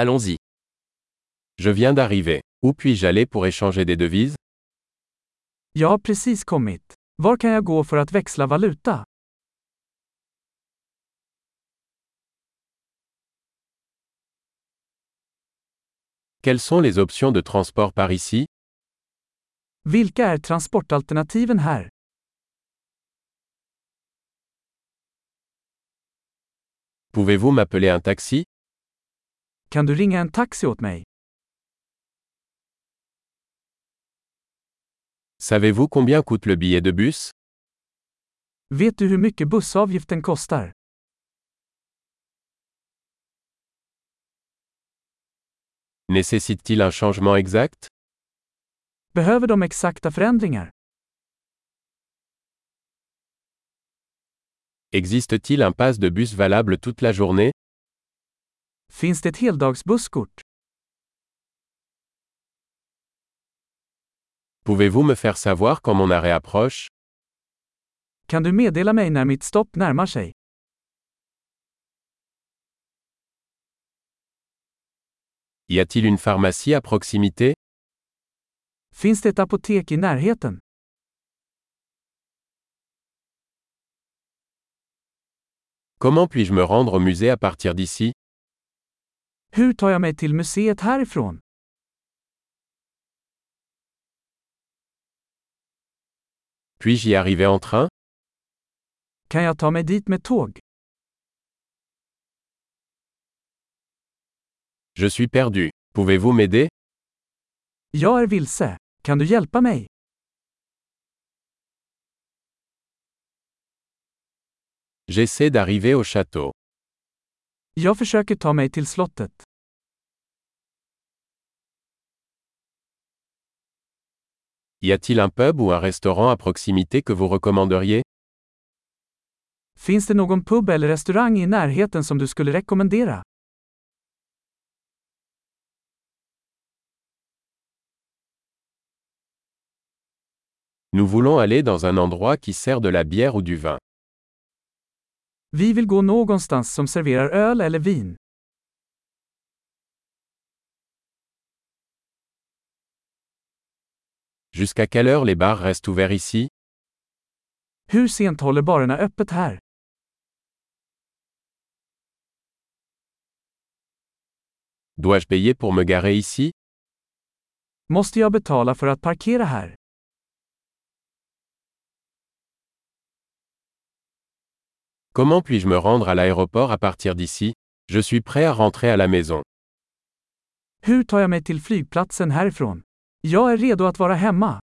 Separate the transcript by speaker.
Speaker 1: Allons-y. Je viens d'arriver. Où puis-je aller pour échanger des devises
Speaker 2: Jag har precis kommit. Var kan jag gå för att växla valuta?
Speaker 1: Quelles sont les options de transport par ici
Speaker 2: Vilka är transportalternativen här?
Speaker 1: Pouvez-vous m'appeler un taxi
Speaker 2: Kan du ringa en taxi åt mig?
Speaker 1: Savez-vous combien coûte le billet de bus
Speaker 2: Vet du hur mycket bussavgiften kostar?
Speaker 1: Nécessite-t-il un changement exact
Speaker 2: Behöver de exakta förändringar?
Speaker 1: Existe-t-il un pass de bus valable toute la journée
Speaker 2: Finns det ett heldagsbusskort?
Speaker 1: Pouvez-vous me faire savoir quand mon arrêt approche
Speaker 2: Kan du meddela mig när mitt stopp närmar sig?
Speaker 1: Y a-t-il une pharmacie à proximité
Speaker 2: Finns det ett apotek i närheten?
Speaker 1: Comment puis-je me rendre au musée à partir d'ici
Speaker 2: Hur tar jag mig till museet härifrån?
Speaker 1: Puis-je y arriver en train
Speaker 2: Kan jag ta mig dit med tåg?
Speaker 1: Je suis perdu. Pouvez-vous m'aider
Speaker 2: Jag är vilse. Kan du hjälpa mig?
Speaker 1: J'essaie d'arriver au château.
Speaker 2: Jag försöker ta mig till slottet.
Speaker 1: Y a-t-il un pub ou un restaurant à proximité que vous recommanderiez
Speaker 2: Finns det någon pub eller restaurang i närheten som du skulle rekommendera?
Speaker 1: Nous voulons aller dans un endroit qui sert de la bière ou du vin.
Speaker 2: Vi vill gå någonstans som serverar öl eller vin.
Speaker 1: Jusqu'à quelle heure les bars restent ouverts ici
Speaker 2: Hur sent håller barerna öppet här?
Speaker 1: Dois-je payer pour me garer ici
Speaker 2: Måste jag betala för att parkera här?
Speaker 1: Comment puis-je me rendre à l'aéroport à partir d'ici Je suis prêt à rentrer à la maison.
Speaker 2: Hur tar jag mig till flygplatsen härifrån? Jag är redo att vara hemma.